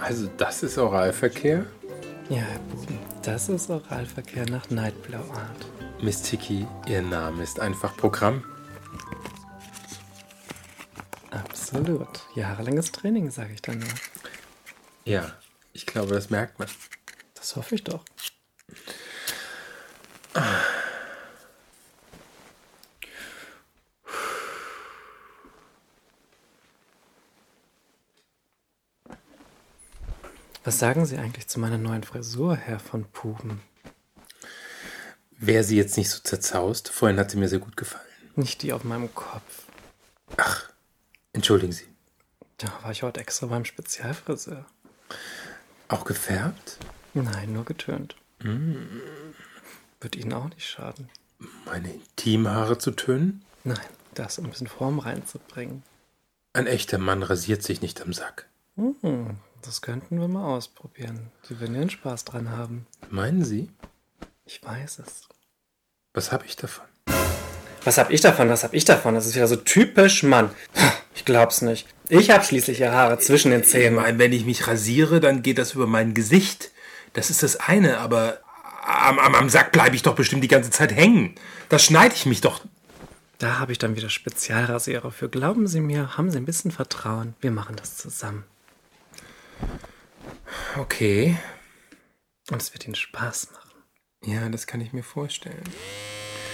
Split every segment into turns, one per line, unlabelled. Also das ist Oralverkehr?
Ja, Herr Buben, das ist Oralverkehr nach Neidblauart.
Miss Tiki, Ihr Name ist einfach Programm.
Absolut. Jahrelanges Training, sage ich dann nur.
Ja, ich glaube, das merkt man.
Das hoffe ich doch. Was sagen Sie eigentlich zu meiner neuen Frisur, Herr von Puben?
Wäre sie jetzt nicht so zerzaust? Vorhin hat sie mir sehr gut gefallen.
Nicht die auf meinem Kopf.
Entschuldigen Sie.
Da war ich heute extra beim Spezialfriseur.
Auch gefärbt?
Nein, nur getönt. Wird Ihnen auch nicht schaden.
Meine Intimhaare zu tönen?
Nein, das um ein bisschen Form reinzubringen.
Ein echter Mann rasiert sich nicht am Sack.
Hm, Das könnten wir mal ausprobieren. Sie werden ihren Spaß dran haben.
Meinen Sie?
Ich weiß es.
Was habe ich davon?
Was hab ich davon? Was hab ich davon? Das ist wieder so typisch Mann. Ich glaub's nicht. Ich hab schließlich ihr Haare zwischen den
Ich
Zähnen.
meine, wenn ich mich rasiere, dann geht das über mein Gesicht. Das ist das eine, aber am, am, am Sack bleibe ich doch bestimmt die ganze Zeit hängen. Da schneide ich mich doch.
Da habe ich dann wieder Spezialrasierer für. Glauben Sie mir, haben Sie ein bisschen Vertrauen. Wir machen das zusammen.
Okay.
Und es wird Ihnen Spaß machen.
Ja, das kann ich mir vorstellen.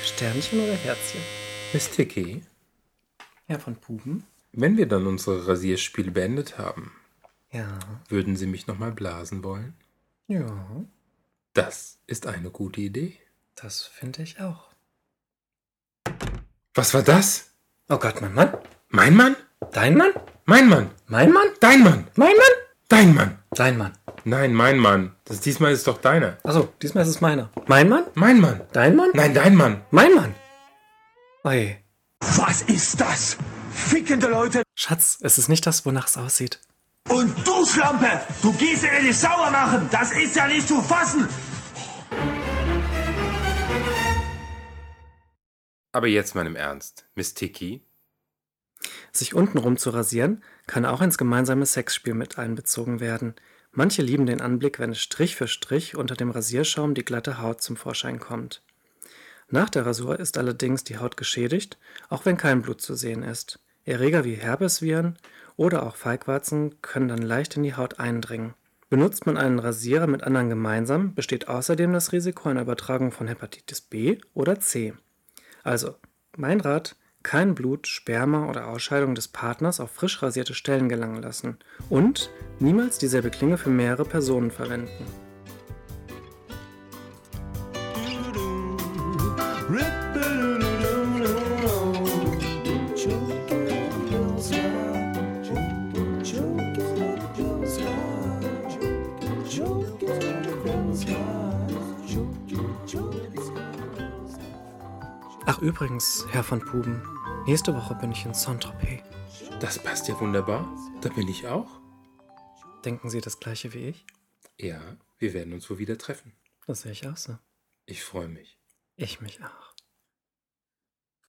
Sternchen oder Herzchen?
Miss Tiki,
Ja, von Puben.
wenn wir dann unsere Rasierspiele beendet haben,
Ja.
würden Sie mich nochmal blasen wollen?
Ja.
Das ist eine gute Idee.
Das finde ich auch.
Was war das?
Oh Gott, mein Mann?
Mein Mann?
Dein Mann?
Mein Mann?
Mein Mann?
Dein Mann?
Mein Mann?
Dein Mann?
Dein Mann.
Nein, mein Mann. Das diesmal ist doch deiner.
Achso, diesmal ist es meiner. Mein Mann?
Mein Mann.
Dein Mann?
Nein, dein Mann.
Mein Mann. Oje.
Was ist das? Fickende Leute.
Schatz, es ist nicht das, wonach es aussieht.
Und du, Schlampe, du gehst ihn nicht sauer machen. Das ist ja nicht zu fassen.
Aber jetzt mal im Ernst. Miss Tiki?
Sich untenrum zu rasieren, kann auch ins gemeinsame Sexspiel mit einbezogen werden. Manche lieben den Anblick, wenn Strich für Strich unter dem Rasierschaum die glatte Haut zum Vorschein kommt. Nach der Rasur ist allerdings die Haut geschädigt, auch wenn kein Blut zu sehen ist. Erreger wie Herpesviren oder auch Feigwarzen können dann leicht in die Haut eindringen. Benutzt man einen Rasierer mit anderen gemeinsam, besteht außerdem das Risiko einer Übertragung von Hepatitis B oder C. Also, mein Rat, kein Blut, Sperma oder Ausscheidung des Partners auf frisch rasierte Stellen gelangen lassen und niemals dieselbe Klinge für mehrere Personen verwenden. Ach übrigens, Herr von Puben, nächste Woche bin ich in Saint-Tropez.
Das passt ja wunderbar. Da bin ich auch.
Denken Sie das gleiche wie ich?
Ja, wir werden uns wohl wieder treffen.
Das sehe ich auch so.
Ich freue mich.
Ich mich auch.